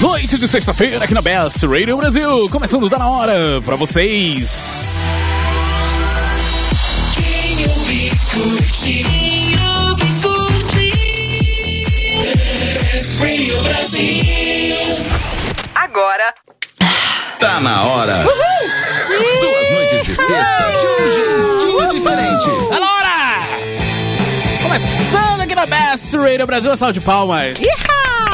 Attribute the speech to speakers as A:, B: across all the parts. A: Noite de sexta-feira aqui na Best Radio Brasil. Começando da na hora pra vocês.
B: Quem ouve, curte. Quem ouve, curte. Best Radio Brasil.
C: Agora,
D: Tá na hora. Suas noites de sexta de um jeitinho diferente.
A: Tá na hora! Começando aqui na Best Radio Brasil. Salve de palmas.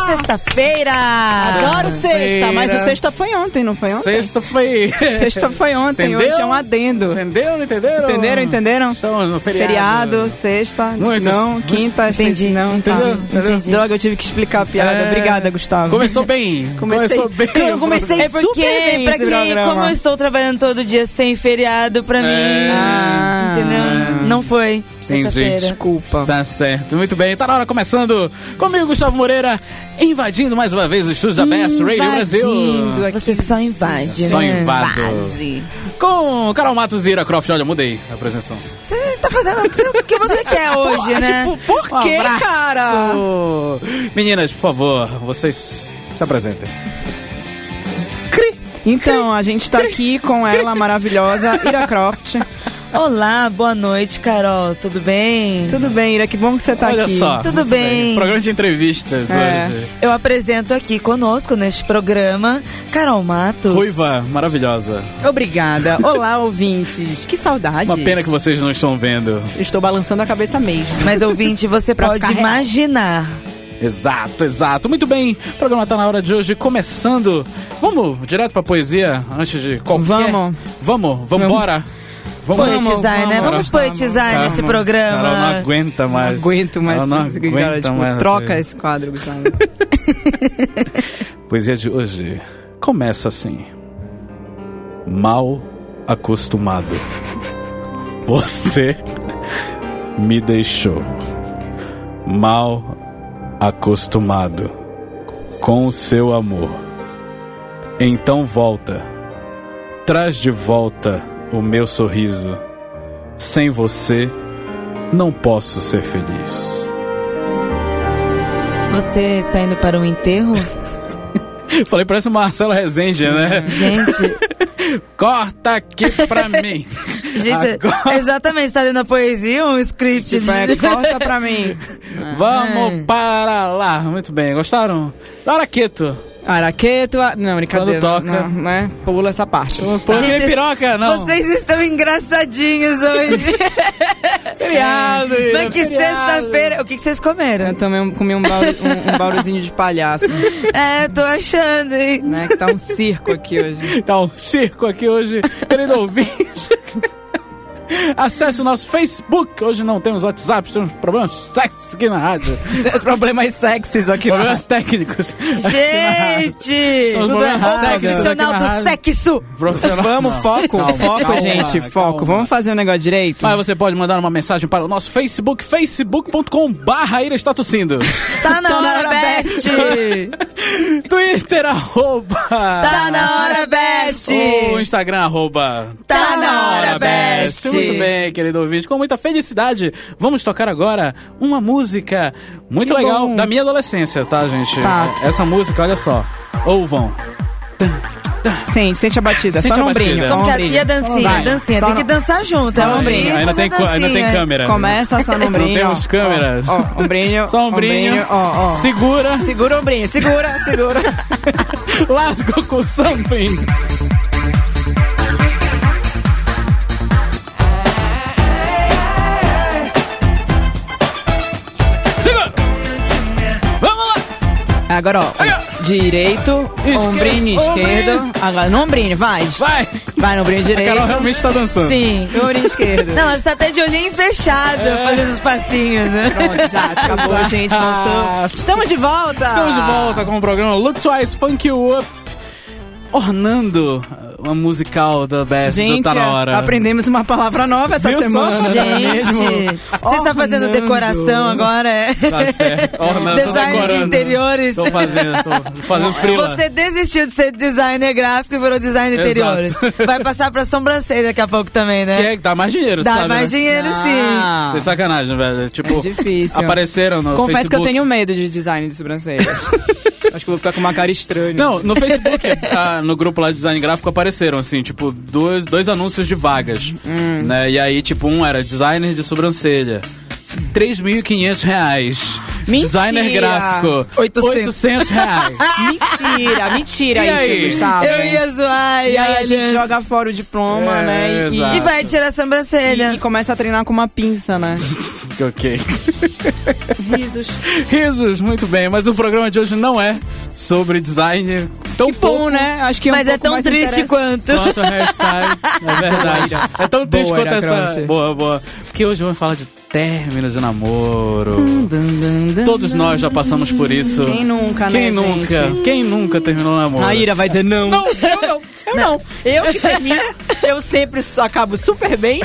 E: Sexta-feira! Adoro
A: Sexta-feira.
E: sexta, mas o sexta foi ontem, não foi ontem?
A: Sexta foi.
E: Sexta foi ontem,
A: Entendeu?
E: hoje é um adendo.
A: Entendeu? Não entenderam?
E: Entenderam, entenderam?
A: Estamos no feriado.
E: Feriado, sexta,
A: Muitos-
E: não, quinta,
F: Entendi,
E: não, tá.
A: entendeu? Entendeu?
E: Droga, eu tive que explicar a piada.
A: É.
E: Obrigada, Gustavo.
A: Começou bem.
E: Comecei-
A: Começou bem.
E: Eu comecei
F: É porque,
E: super bem
F: pra
E: esse
F: quem,
E: programa.
F: como eu estou trabalhando todo dia sem feriado, pra mim.
E: Ah.
F: Entendeu? Não foi. Sexta-feira.
E: Desculpa.
A: Tá certo, muito bem. Tá na hora começando comigo, Gustavo Moreira, invadindo mais uma vez os estúdios da Best Radio Brasil.
E: Invadindo aqui.
F: Você só invade,
A: Só
F: né?
A: invado. Com Carol Matos e Ira Croft. Olha, mudei a apresentação.
F: Você tá fazendo o que você quer hoje, né?
E: Tipo, por
A: Um
E: que,
A: abraço.
E: cara?
A: Meninas, por favor, vocês se apresentem.
E: Então, a gente tá aqui com ela maravilhosa, Ira Croft.
F: Olá, boa noite, Carol. Tudo bem?
E: Tudo bem, Ira? Que bom que você tá
A: Olha
E: aqui.
A: só.
F: Tudo
A: muito
F: bem.
A: Programa de entrevistas
E: É.
A: hoje.
F: Eu apresento aqui conosco neste programa Carol Matos.
A: Ruiva, maravilhosa.
E: Obrigada. Olá, ouvintes. Que saudade.
A: Uma pena que vocês não estão vendo.
E: Estou balançando a cabeça mesmo.
F: Mas ouvinte, você
E: Pra
F: pode
E: ficar real.
F: imaginar.
A: Exato, exato. Muito bem, o programa tá na hora de hoje, começando. Vamos direto pra poesia, antes de qualquer...
E: Vamos.
A: Vamos, vambora. Vamos. Tá.
F: poetizar, né?
A: vamos,
F: Vamos poetizar
A: Calma,
F: nesse
A: Carol não
F: programa.
A: aguenta mais.
E: Não aguento mais.
A: Ela não
E: esse-
A: aguenta
E: cara, tipo,
A: mais.
E: troca esse quadro, Gustavo.
A: Poesia de é, hoje começa assim. Mal acostumado. Você me deixou. Mal acostumado com o seu amor. Então volta. Traz de volta o meu sorriso. Sem você, não posso ser feliz.
F: Você está indo para um enterro?
A: Falei, parece o Marcelo Rezende, né?
F: É. Gente,
A: Corta aqui pra mim.
F: Gente,
A: Agora-
F: exatamente, está lendo a poesia ou um script?
E: tipo, é, corta pra mim.
F: É.
A: Vamos para lá. Muito bem, gostaram? Laura Queto.
E: Araqueto. a- Não,
A: Quando
E: brincadeira.
A: toca.
E: Não, né? Pula essa parte.
A: Porque
F: Gente,
A: piroca, não.
F: Vocês estão engraçadinhos hoje.
A: Feriado,
F: Mas que
A: feriado.
F: sexta-feira. O que, que vocês
E: Eu
F: comeram?
E: também comi um, bauru, um, um bauruzinho de palhaço,
F: É, eu tô achando, hein?
E: né? Que tá um circo aqui hoje.
A: Tá um circo aqui hoje, querido ouvinte. Acesse o nosso Facebook. Hoje não temos WhatsApp, temos problemas técnicos aqui na rádio.
E: Problemas sexys aqui, né?
A: Problemas técnicos.
F: Gente!
A: São os
E: tudo
A: problemas
E: errado.
A: técnicos aqui
F: Profissional
A: na
F: do
A: rádio.
F: sexo!
A: Profissional-
E: Vamos,
A: Não.
E: foco,
A: Calma,
E: foco,
A: calma,
E: gente,
A: calma.
E: foco. Vamos fazer o negócio direito?
A: Mas você pode mandar uma mensagem para o nosso Facebook, facebook.com barra Ira Está Tossindo.
F: Tá na hora,
E: hora
F: best!
A: Twitter, arroba.
F: Tá na hora, best!
A: O Instagram, arroba.
F: Tá na hora, best!
A: Muito bem, querido ouvinte. Com muita felicidade, vamos tocar agora uma música muito
E: Que
A: legal
E: bom.
A: da minha adolescência, tá, gente?
E: Tá.
A: Essa música, olha só. Ouvam.
E: Sente, sente a batida.
A: Sente
E: só
A: a
E: não
A: batida. Como
E: brinca. não
F: Como que a,
E: brinca.
F: e a dancinha?
E: Vai.
F: A dancinha,
E: Só
F: tem
E: não-
F: que dançar junto.
E: só
F: é
E: não
F: um
E: brinca.
F: brinco,
A: ainda, tem,
F: dancinha.
A: ainda tem câmera.
E: Começa essa
A: Não
E: sombrinha.
A: temos câmeras.
E: Ó, ó, ombrinho.
A: Só ombrinho.
E: Ó, ó.
A: Segura.
E: Segura o ombrinho, segura, segura.
A: Lasgo com something. Segura. Vamos lá.
E: Agora, ó. Direito,
A: Esquerda,
E: ombrinho esquerdo.
A: ombrinho.
E: Agora, no ombrinho, vai.
A: Vai.
E: Vai no ombrinho
A: A
E: direito.
A: Carol realmente tá dançando.
F: Sim.
E: No ombrinho esquerdo.
F: Não, você tá até de olhinho fechado,
E: É.
F: fazendo os passinhos, né?
E: Pronto, já acabou, gente.
A: Ah.
E: Voltou. Estamos de volta.
A: Tá. Estamos de volta com o programa Look Twice Funk You Up. Ornando, uh, uma musical da Best do
E: Gente,
A: Tá Na Hora.
E: aprendemos uma palavra nova essa
A: Viu só?
E: semana. não é mesmo?
F: Gente, você está fazendo
E: Orlando.
F: decoração agora, é?
A: Tá certo. Ornando, tô
F: Design de
A: decorando.
F: interiores.
A: Tô fazendo, tô fazendo freela.
F: Você desistiu de ser designer gráfico e virou designer de interiores.
A: Exato.
F: Vai passar pra sobrancelha daqui a pouco também,
A: Que
F: né?
A: é, dá mais dinheiro, tu
F: Dá
A: sabe,
F: mais
A: né?
F: dinheiro, sim.
E: Ah.
A: Sem sacanagem, velho. Tipo,
E: É difícil.
A: apareceram no
E: Confesso que eu
A: Facebook.
E: tenho medo de design de sobrancelhas. Acho que eu vou ficar com uma cara estranha.
A: Não, no Facebook, ah, no grupo lá de design gráfico, apareceram, assim, tipo, dois, dois anúncios de vagas.
E: Hum.
A: Né? E aí, tipo, um era designer de sobrancelha. 3.500 reais.
E: Mentira!
A: Designer gráfico.
F: 800.
A: 800 reais.
E: Mentira, mentira
A: E
E: isso,
A: aí?
E: Gustavo.
F: Eu ia zoar.
E: E aí a gente
F: olha.
E: joga fora o diploma,
A: É,
E: né? E,
A: exato.
F: E vai tirar a sobrancelha.
E: e- é e começa a treinar com uma pinça, né?
A: ok.
E: Risos.
A: Risos, muito bem. Mas o programa de hoje não é sobre design tão
E: Que bom,
A: pouco
E: né? Acho que é um
F: Mas é
E: pouco
F: tão
E: mais
F: triste
E: interessante.
F: quanto.
A: quanto a hairstyle. É verdade. É tão triste
E: Boa,
A: quanto
E: Ira
A: essa.
E: Croce.
A: Boa, boa. Porque hoje vamos falar de términos de namoro. Todos nós já passamos por isso.
E: Quem nunca, né,
A: Quem nunca?
E: gente? né?
A: Quem nunca terminou o namoro?
E: A Ira vai dizer não.
F: Não, eu não.
E: Eu não. Eu que termino. Eu sempre acabo super bem.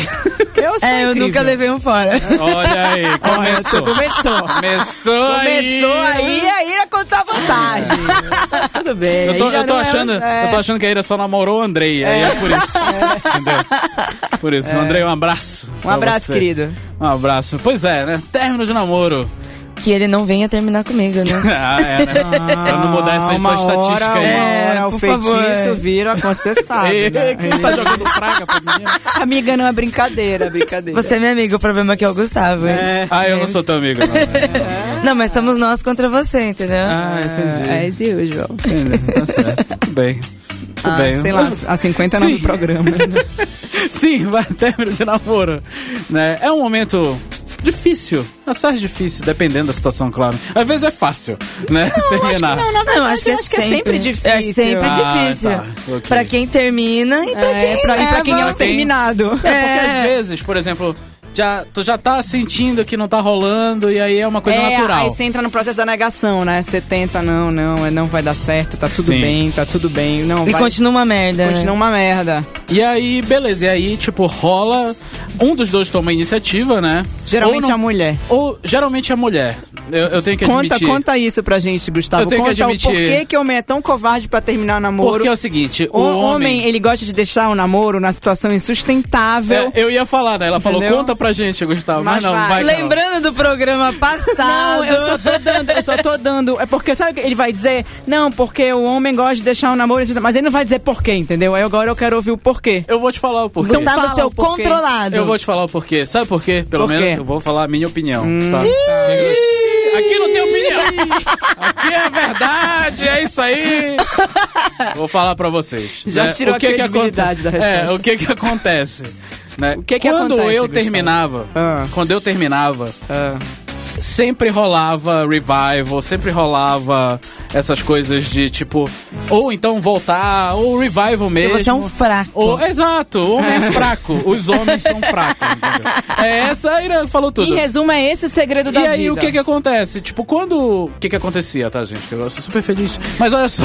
E: Eu sou
F: É, eu
E: incrível.
F: nunca levei um fora.
A: Olha aí, começou.
E: Começou.
A: Começou aí.
E: Começou aí a Ira contar vantagem. Tá Tudo bem.
A: Eu tô,
E: a Ira
A: eu, tô
E: não é-
A: achando,
E: é.
A: eu tô achando que a Ira só namorou o Andrei. Aí é por isso. Entendeu? Por isso. Andrei, um abraço.
E: É. Um abraço,
A: querido.
E: querido.
A: Um abraço. Pois é, né? Término de namoro.
F: Que ele não venha terminar comigo, né?
A: Ah, é, né? pra não mudar essa
E: Ah, uma
A: tua estatística
E: hora,
A: aí.
E: Uma hora,
F: É,
E: o
F: por
E: feitiço
F: favor.
E: vira, você sabe.
A: Ei,
E: né?
A: quem tá jogando praga pra mim?
E: Amiga, não é brincadeira, é brincadeira.
F: Você é meu amigo, o problema é que é o Gustavo.
E: É.
A: Ah, eu não sou teu amigo, não.
F: Não, mas somos nós contra você, entendeu?
A: É. Ah, entendi.
E: É as usual.
A: Entendi. Tá certo. Tudo bem. Tudo
E: Ah,
A: Tá bem.
E: sei lá, a 50 não
A: Sim.
E: do programa. né?
A: Sim, vai, término de namoro. Né? É um momento difícil. Assaz difícil, dependendo da situação, claro. Às vezes é fácil, né? Terminar.
E: não, na
F: Não, acho que, é, sempre,
E: difícil.
F: É sempre
A: Ah,
F: difícil.
A: tá, ok.
F: Pra quem termina e pra
E: É,
F: quem
E: pra, e pra
F: leva.
E: quem é o
A: Tem.
E: terminado.
A: É porque
F: É.
A: às vezes, por exemplo, já, tu já tá sentindo que não tá rolando e aí é uma coisa
E: é,
A: natural.
E: Aí você entra no processo da negação, né? Você tenta, não, não, é, não vai dar certo, tá tudo
A: Sim.
E: bem, tá tudo bem. Não,
F: E
E: vai,
F: continua uma merda. né?
E: continua uma merda.
A: E aí, beleza, e aí, tipo, rola. Um dos dois toma a iniciativa, né?
E: Geralmente
A: ou
E: a mulher.
A: Ou geralmente a mulher. Eu, eu tenho que
E: Conta,
A: admitir.
E: conta isso pra gente, Gustavo.
A: Eu tenho que
E: conta
A: admitir.
E: o porquê que o homem é tão covarde pra terminar namoro.
A: Porque é o seguinte,
E: O, homem, ele gosta de deixar o namoro na situação
A: É,
E: insustentável.
A: eu ia falar, né? Ela falou,
E: Entendeu?
A: conta pra gente, Gustavo. Mas,
E: Mas
A: não, vai.
E: vai.
A: Carol.
F: Lembrando do programa passado.
E: Não, eu só tô dando, eu só tô dando. É porque, sabe o que ele vai dizer? Não, porque o homem gosta de deixar o namoro, insustentável. mas ele não vai dizer porquê, entendeu? Aí agora eu quero ouvir o porquê.
A: Eu vou te falar o porquê.
F: Gustavo,
E: fala
F: seu
E: o porquê.
A: Eu
F: controlado.
A: vou te falar o porquê. Sabe por quê? Pelo
E: Por quê? Hum.
A: menos eu vou falar a minha opinião. tá? Ih, Aqui não tem opinião. Aqui é verdade, é isso aí. Vou falar pra vocês.
E: Já
A: né?
E: tirou
A: o que
E: a
A: que aconte-
E: credibilidade da
A: É,
E: resposta.
A: o que que acontece? né?
E: O que que
A: quando
E: acontece,
A: eu
E: Gustavo?
A: terminava,
E: Ah.
A: quando eu terminava,
E: Ah.
A: sempre rolava revival, sempre rolava essas coisas de tipo, ou então voltar, ou revival mesmo.
F: você é um fraco.
A: Ou, exato, o homem é fraco, os homens são fracos. entendeu? É essa, a Ira falou tudo.
E: Em resumo, é esse o segredo
A: E
E: da vida.
A: aí, o que que acontece? Tipo, quando. O que que acontecia, tá, gente? Que eu sou super feliz. Mas olha só.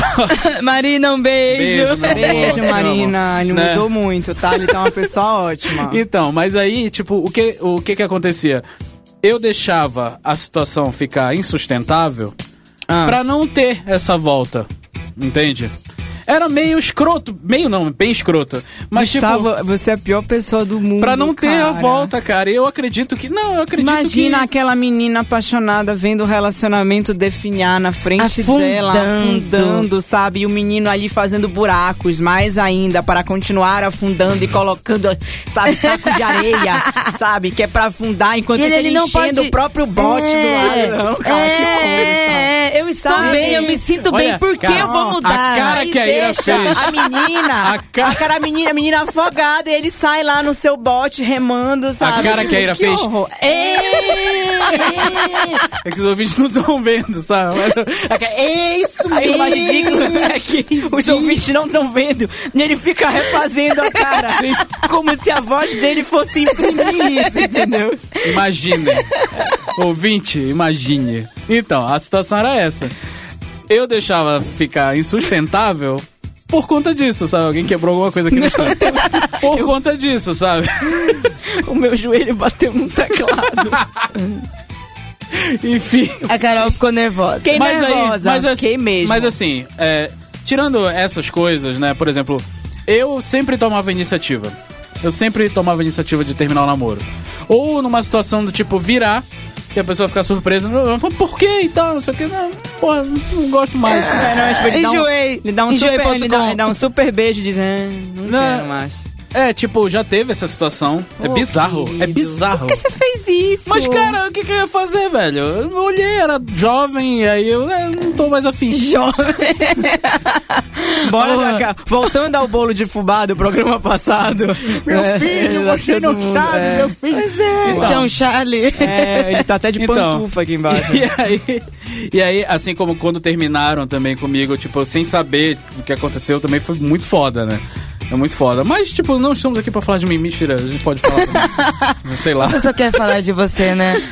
F: Marina, um beijo.
A: Beijo, meu amor.
E: Beijo,
A: Te
E: Marina.
A: amo.
E: Ele
A: Né?
E: mudou muito, tá? Ele tá uma pessoa ótima.
A: Então, mas aí, tipo, o que o que, que acontecia? Eu deixava a situação ficar insustentável
E: Ah.
A: pra não ter essa volta. Entende? Era meio escroto, meio não, bem escroto. Mas, tipo,
E: Gustavo, você é a pior pessoa do mundo.
A: pra não ter a
E: cara.
A: volta, cara. Eu acredito que. Não, eu acredito
E: Imagina
A: que.
E: aquela menina apaixonada vendo o relacionamento definhar na frente
F: Afundando.
E: dela, afundando, sabe? E o menino ali fazendo buracos, mais ainda, para continuar afundando e colocando, sabe, saco de areia, sabe? Que é pra afundar enquanto
F: E ele,
E: ele,
F: ele não
E: enchendo
F: pode...
E: o próprio bote
F: É,
E: do lado. Não, cara, que coisa.
F: é, é, eu estou
E: Sabe?
F: bem, eu me sinto
A: Olha,
F: bem. Por que
A: cara,
F: eu vou
A: a
F: mudar?
A: cara-
E: Aí
A: que a Ira
E: deixa
A: fez.
E: A menina,
A: A
E: a
A: ca-
E: cara, da menina, a menina afogada, e ele sai lá no seu bote remando, sabe?
A: cara que a Ira fez.
E: horror. É. Ei!
A: É que os ouvintes não estão vendo, sabe?
E: É isso mesmo. o mais ridículo é que os ouvintes não estão vendo. E ele fica refazendo a cara. Como se a voz dele fosse imprimir isso, entendeu?
A: Imagine. Ouvinte, imagine. Então, a situação era essa. Eu deixava ficar insustentável por conta disso, sabe? Alguém quebrou alguma coisa aqui no estúdio. Por conta disso, sabe?
E: O meu joelho bateu no teclado.
A: Enfim.
F: A Carol ficou nervosa.
E: Quem-
A: mas
E: nervosa,
A: Aí, mas,
E: fiquei
A: assim,
E: mesmo.
A: mas assim, é, tirando essas coisas, né? Por exemplo, eu sempre tomava iniciativa. Eu sempre tomava iniciativa de terminar o namoro. Ou numa situação do tipo virar E a pessoa fica surpresa, "Não, mas por que e tal, não sei o que, não, porra, não gosto mais.
E: É, não, tipo, ele dá um-
F: Enjoei.
E: Ele dá um
F: Enjoei
E: super,
F: ponto
E: ele dá,
F: com.
E: ele dá um super beijo dizendo, "Ah, não,
A: Não.
E: quero mais.
A: É, tipo, já teve essa situação. é
E: Ô,
A: bizarro, é
E: querido.
A: bizarro.
F: Por que você fez isso?
A: Mas, cara, o que, que eu ia fazer, velho? Eu olhei, era jovem, e aí eu é, não tô mais afim.
F: Jovem.
E: Bora,
A: Porra.
E: Cacá. Voltando ao bolo de fubá do programa passado.
A: Meu
E: né,
A: filho,
E: tá
A: você
E: todo
A: não
E: mundo-
A: sabe,
E: é.
A: meu filho.
F: Então, Charlie.
E: É, ele tá até de
A: Então.
E: pantufa aqui embaixo.
A: E aí, e aí, assim como quando terminaram também comigo, tipo, sem saber o que aconteceu, também foi muito foda, né? É muito foda. Mas, tipo, não estamos aqui pra falar de mim. Mentira, a gente pode falar. também. Sei lá.
F: Você só quer falar de você, né?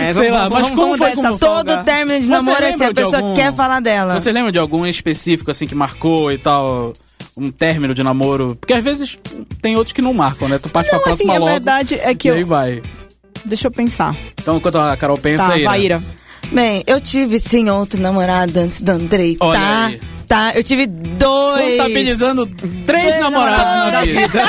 E: É,
A: Sei lá, mas como
E: dar
A: foi com
E: essa folga.
F: Todo término de
A: Você
F: namoro é assim,
A: lembra
F: a
A: de
F: pessoa
A: algum-
F: quer falar dela.
A: Você lembra de algum específico, assim, que marcou e tal? Um término de namoro? Porque às vezes tem outros que não marcam, né? Tu parte pra
E: Não,
A: próxima
E: assim, a
A: logo.
E: verdade é que
A: E aí
E: eu...
A: vai.
E: Deixa eu pensar.
A: Então, enquanto a Carol pensa
E: Tá,
A: aí. né?
E: Vaíra.
F: Bem, eu tive sim outro namorado antes do Andrei,
A: Olha
F: tá?
A: aí.
F: Tá, eu tive dois.
A: Contabilizando três namorados na vida.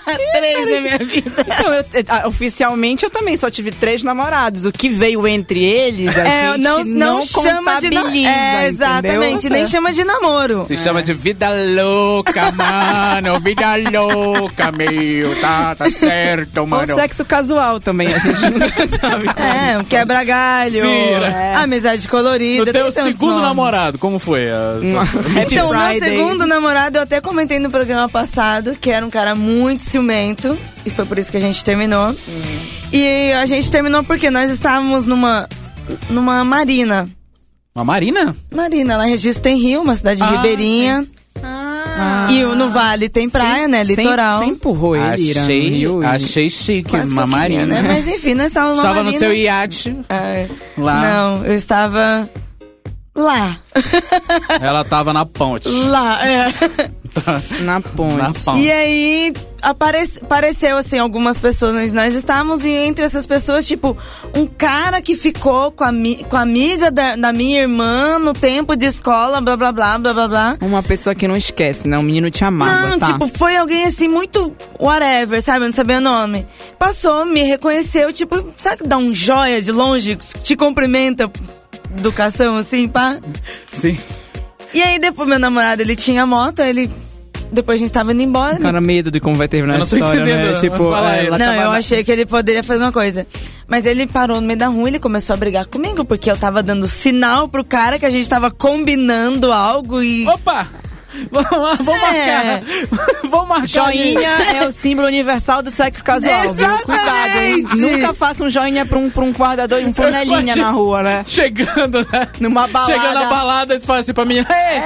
F: três na minha vida.
E: Então, eu- eu- ah, oficialmente eu também só tive três namorados. O que veio entre eles, a
F: É,
E: gente
F: não, não, chama de namoro.
E: contabiliza,
F: É,
E: entendeu?
F: exatamente, nem chama de namoro.
A: Se chama de vida louca, mano. Vida louca, meu. Tá, tá certo,
E: Ou
A: mano.
E: sexo casual também, a gente nunca sabe.
F: É, um quebra-galho.
A: Cira.
F: É. Amizade colorida.
A: No teu
F: tem tantos
A: segundo
F: nomes.
A: namorado, como foi? a sua-
E: Happy
F: Então, o meu
E: Friday.
F: segundo namorado, eu até comentei no programa passado, que era um cara muito ciumento, e foi por isso que a gente terminou.
E: Hum.
F: E a gente terminou porque nós estávamos numa, numa marina.
A: Uma Marina?
F: Marina, lá em Regis tem rio, uma cidade
A: Ah,
F: ribeirinha.
E: Ah.
F: E o- no vale tem praia, né?
E: Sem-
F: Litoral.
E: Você empurrou ele, Ira, no Rio, e-
A: chique,
F: Quase que eu queria, né? Mas enfim, nós estávamos numa
A: Estava no
F: marina.
A: seu iate.
F: Ai,
A: Lá.
F: Ah, é. Não, eu estava lá.
A: Ela tava na ponte.
F: Lá, é.
E: Na ponte.
A: Na
F: E é-
A: ponte.
F: aí aparece- apareceu assim algumas pessoas onde nós estávamos e entre essas pessoas, tipo, um cara que ficou com a, mi- com a amiga da, da minha irmã no tempo de escola, blá blá blá blá blá blá.
E: Uma pessoa que não esquece, né? O menino te amava,
F: Não,
E: tá?
F: tipo, foi alguém assim muito whatever, sabe? Eu não sabia o nome. Passou, me reconheceu, tipo, sabe que dá um joia de longe, te cumprimenta, educação assim, pá?
A: Sim.
F: E aí depois meu namorado, ele tinha moto, aí ele depois a gente tava indo embora, né?
E: Cara, medo de como vai terminar
A: Eu
E: a
A: não tô
E: história,
A: entendendo,
E: né? Tipo,
A: fala aí.
E: ela
F: Não,
E: tava
F: eu
E: na-
F: achei que ele poderia fazer uma coisa. Mas ele parou no meio da rua, ele começou a brigar comigo, porque eu tava dando sinal pro cara que a gente tava combinando algo e.
A: Opa! Vamos vamos marcar. né?
F: É.
A: Vamos marcar.
E: Joinha é o símbolo universal do sexo casual. viu? Cuidado, hein?
F: Exatamente.
E: Nunca faça um joinha pra um, pra um guardador e um flanelinha na rua, né?
A: Chegando, né?
E: Numa balada.
A: Chegando na balada, tu fala assim pra mim,
F: É.
A: ei,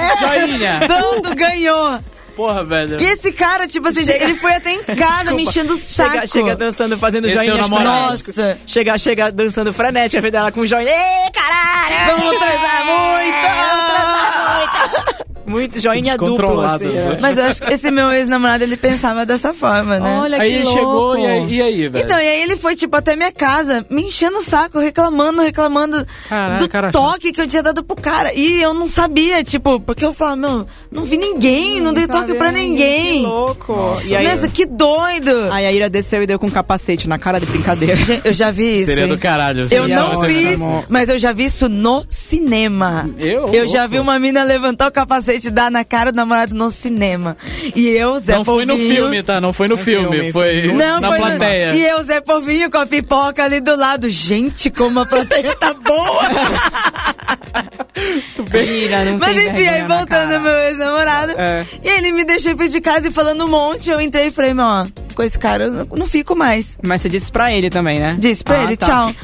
A: joinha!
F: Pronto, ganhou!
A: Porra, velho.
F: E esse cara, tipo assim, ele foi até em casa me enchendo o saco.
E: Chega, um chega dançando, fazendo
A: Esse é o
E: joinha
A: namorado.
F: Nossa.
E: Chega, chega dançando frenética, feito ela com joinha. Ê, caralho!
F: Vamos transar
E: É,
F: muito!
E: Muito joinha duplo,
A: Descontrolado,
E: assim.
A: né?
E: é.
F: Mas eu acho que esse meu ex-namorado, ele pensava dessa forma, né?
E: Olha
A: aí
E: que
A: ele
E: louco.
A: chegou e aí, e aí, velho?
F: Então, e aí ele foi, tipo, até minha casa, me enchendo o saco, reclamando, reclamando
A: Caralho,
F: do
A: cara
F: toque que eu tinha dado pro cara. E eu não sabia, tipo, porque eu falava, meu, não vi ninguém, não dei toque
E: Hum, Sabe,
F: pra
E: ai,
F: ninguém.
E: Que louco. e aí,
F: Nossa, que doido.
E: aí a Ira desceu e deu com um capacete na cara de brincadeira.
F: Gente, eu já vi isso.
A: Seria
F: hein?
A: do caralho. assim,
F: Eu
A: se
F: não
A: você-
F: fiz,
E: amor.
F: mas eu já vi isso no cinema.
A: Eu?
F: Eu já
A: Louco.
F: vi uma mina levantar o capacete e dar na cara do namorado no cinema. E eu, Zé
A: Não foi no
F: Polvinho-
A: filme, tá? Não foi no filme,
E: filme,
A: foi
E: foi
F: é Não,
A: na
F: foi no-
A: plateia.
F: E eu, Zé Povinho, com a pipoca ali do lado. Gente, como a plateia tá boa!
E: Ira, não
F: Mas
E: tem
F: enfim,
E: vergonha
F: aí
E: na
F: voltando
E: cara.
F: ao meu ex-namorado.
E: É.
F: E ele me deixou ir de casa e falando um monte. Eu entrei e falei, meu, ó, com esse cara eu não- não fico mais.
E: Mas você disse pra ele também, né?
F: Disse pra
E: Ah,
F: ele,
E: tá.
F: tchau.